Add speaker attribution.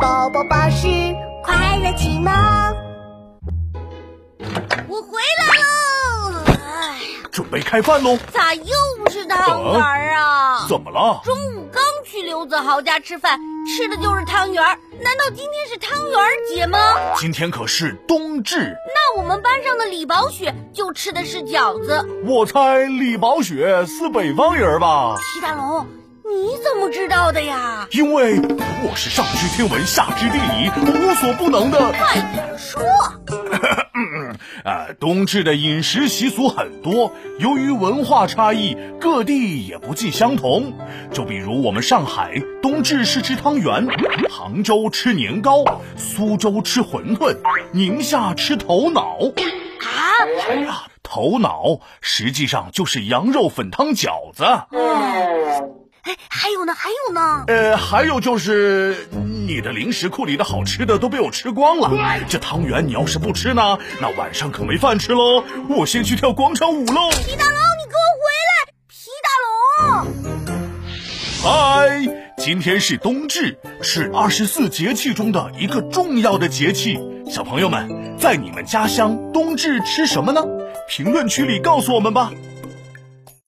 Speaker 1: 宝宝巴士快乐启蒙。我回来喽！哎呀，
Speaker 2: 准备开饭喽。
Speaker 1: 咋又是汤圆儿啊？
Speaker 2: 怎么了？
Speaker 1: 中午刚去刘子豪家吃饭，吃的就是汤圆儿。难道今天是汤圆儿节吗？
Speaker 2: 今天可是冬至，
Speaker 1: 那我们班上的李宝雪就吃的是饺子。
Speaker 2: 我猜李宝雪是北方人吧？
Speaker 1: 皮大龙，你怎么知道的呀？
Speaker 2: 因为我是上知天文下知地理无所不能的。
Speaker 1: 快点说！
Speaker 2: 嗯呃，冬至的饮食习俗很多，由于文化差异，各地也不尽相同。就比如我们上海冬至是吃汤圆，杭州吃年糕，苏州吃馄饨，宁夏吃头脑。
Speaker 1: 啊，
Speaker 2: 哎呀，头脑实际上就是羊肉粉汤饺子。
Speaker 1: 哎，还有呢，还有呢。
Speaker 2: 呃，还有就是你的零食库里的好吃的都被我吃光了。这汤圆你要是不吃呢，那晚上可没饭吃喽。我先去跳广场舞喽。
Speaker 1: 皮大龙，你给我回来！皮大龙。
Speaker 2: 嗨，今天是冬至，是二十四节气中的一个重要的节气。小朋友们，在你们家乡冬至吃什么呢？评论区里告诉我们吧。